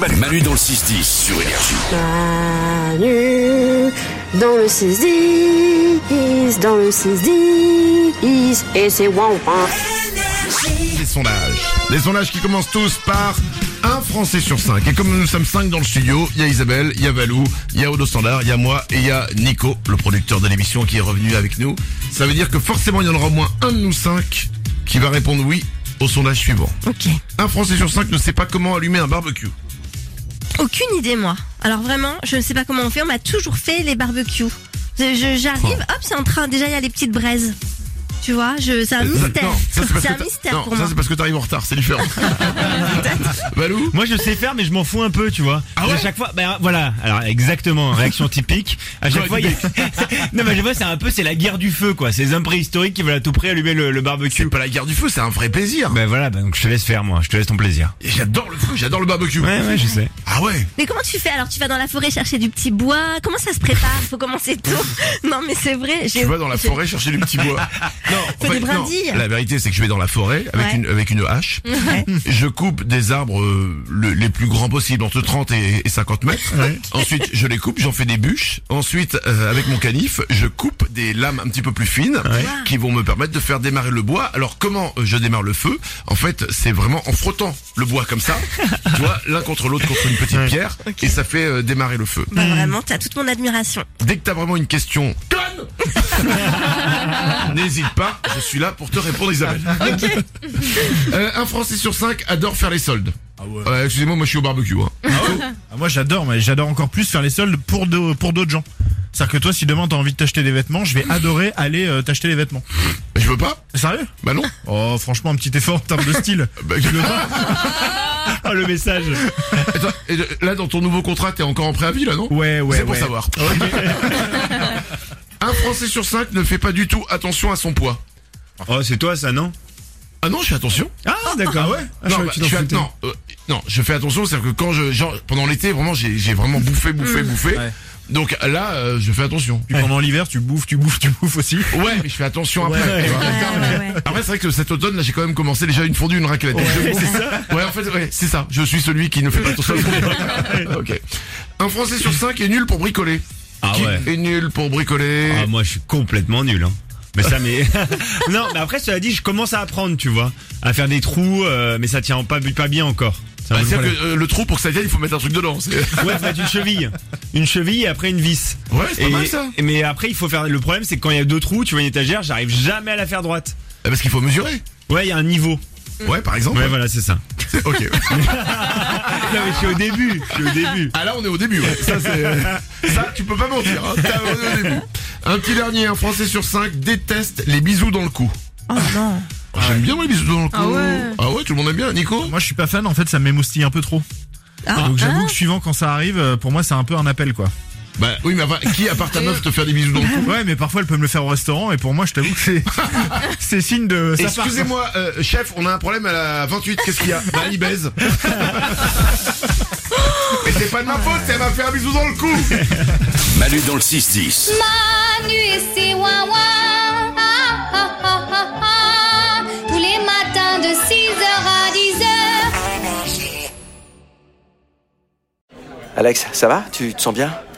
Manu, Manu dans le 6-10 sur Énergie. Manu, dans le 6-10, dans le 6-10, et c'est hein. waouh. Les sondages. Les sondages qui commencent tous par un Français sur cinq. Et comme nous sommes cinq dans le studio, il y a Isabelle, il y a Valou, il y a Odo Standard, il y a moi et il y a Nico, le producteur de l'émission qui est revenu avec nous. Ça veut dire que forcément il y en aura au moins un de nous cinq qui va répondre oui au sondage suivant. Ok. Un Français sur cinq ne sait pas comment allumer un barbecue. Aucune idée, moi. Alors vraiment, je ne sais pas comment on fait. On m'a toujours fait les barbecues. Je- je- J'arrive, hop, c'est en train. Déjà, il y a les petites braises. Tu vois, je, c'est un Ça- mystère. Euh, non, ça, parce C'est que un t'as- mystère non, pour ça, moi. c'est parce que t'arrives en retard, c'est différent. Valou Moi je sais faire mais je m'en fous un peu tu vois. Ah ouais à chaque fois ben voilà alors exactement hein, réaction typique. À chaque fois il y a... non mais je vois c'est un peu c'est la guerre du feu quoi. C'est les hommes préhistoriques qui veulent à tout prix allumer le, le barbecue. C'est pas la guerre du feu, c'est un vrai plaisir. Bah. Ben voilà ben, donc je te laisse faire moi je te laisse ton plaisir. Et J'adore le feu, j'adore le barbecue. Ouais ouais je sais. Ah ouais Mais comment tu fais Alors, tu vas dans la forêt chercher du petit bois. Comment ça se prépare Faut commencer tôt. non, mais c'est vrai. j'ai- Tu vas dans la j'ai- forêt chercher du petit bois. Non, Fais des brindilles. La vérité, c'est que je vais dans la forêt avec Ouais. Mmh. une avec une hache. Je coupe des arbres euh, le- les plus grands possibles, entre 30 et, et 50 mètres. Ensuite, je les coupe, j'en fais des bûches. Ensuite, euh, avec mon canif, je coupe des lames un petit peu plus fines qui vont me permettre de faire démarrer le bois. Alors, comment euh, je démarre le feu En fait, c'est vraiment en frottant le bois comme ça, tu vois, l'un contre l'autre contre une petite pierre, et ça fait euh, démarrer le feu. Bah, vraiment, t'as toute mon admiration. Dès que t'as vraiment une question conne, n'hésite pas, je suis là pour te répondre Isabelle. Euh, un Français sur cinq adore faire les soldes. Ah ouais. Euh, Excusez-moi, moi je suis au barbecue. hein. Ah, Moi j'adore, mais j'adore encore plus faire les soldes pour de- pour d'autres gens. C'est-à-dire que toi, si demain t'as envie de t'acheter des vêtements, je vais adorer aller euh, t'acheter les vêtements. Mais Je veux pas Sérieux Bah non. Oh, franchement, un petit effort en termes de style. Bah, Oh le message. attends, et, euh, là dans ton nouveau contrat, t'es encore en préavis là, non Ouais, ouais, C'est pour ouais. savoir. un Français sur cinq ne fait pas du tout attention à son poids. Oh c'est toi ça non Ah non, je fais attention. Ah d'accord ouais. Non, bah, je fais- non, euh, non, je fais attention, c'est-à-dire que quand je, genre, pendant l'été, vraiment, j'ai j'ai vraiment bouffé, bouffé, bouffé. Mm. Ouais. Ah, Donc là, euh, je fais attention. Puis pendant l'hiver, tu bouffes, tu bouffes, tu bouffes aussi. Ouais, mais je fais attention après. Ouais. tu vois. Ouais, ouais, ouais. Après, c'est vrai que cet automne, là, j'ai quand même commencé déjà une fondue, une raclette. Ouais, c'est ça. Ouais, en fait, ouais, c'est ça. Je suis celui qui ne fait pas attention. ok. Un Français sur cinq est nul pour bricoler. Ah qui ouais. est nul pour bricoler Bah, Ah, moi, je suis complètement nul. Hein. Mais ça, mais non. Mais après, cela dit, je commence à apprendre, tu vois, à faire des trous, euh, mais ça tient pas, pas bien encore. C'est un Bah, peu le C'est-à-dire problème. que euh, le trou, pour que ça vienne, il faut mettre un truc dedans. c'est- Ouais, faut mettre une cheville, une cheville et après une vis. Ouais, c'est pas Et- mal ça. et- Mais après, il faut faire. Le problème, c'est que quand il y a deux trous, tu vois une étagère, j'arrive jamais à la faire droite. Eh, Parce qu'il faut mesurer. Ouais, il y a un niveau. Ouais, par exemple. Ouais, voilà, c'est ça. Ok. Non, mais je suis au début. Je suis au début. Ah là, on est au début. ouais. Ça, c'est ça, tu peux pas mentir. hein. T'as- on est au début. Un petit dernier, un Français sur cinq déteste les bisous dans le cou. Oh non. Oh, J'aime bien moi, les bisous dans le cou. Ah ouais. tout le monde aime bien. Nico. Moi, je suis pas fan, en fait, ça m'émoustille un peu trop. Ah, Donc j'avoue hein que suivant quand ça arrive, euh, pour moi, c'est un peu un appel, quoi. Bah oui, mais enfin, qui à part ta meuf te faire des bisous dans le Ah cou Ouais, mais parfois, elle peut me le faire au restaurant, et pour moi, je t'avoue que c'est, c'est signe de, ça part. Excusez-moi, euh, chef, on a un problème à la 28. Qu'est-ce qu'il y a Bah, il baise. Mais c'est pas de ma faute, elle m'a fait un bisou dans le cou. Manu dans le 6-10. Manu et ses wawa. Ah, ah, ah, ah, ah. Tous les matins de 6h à 10h. Alex, ça va Tu te sens bien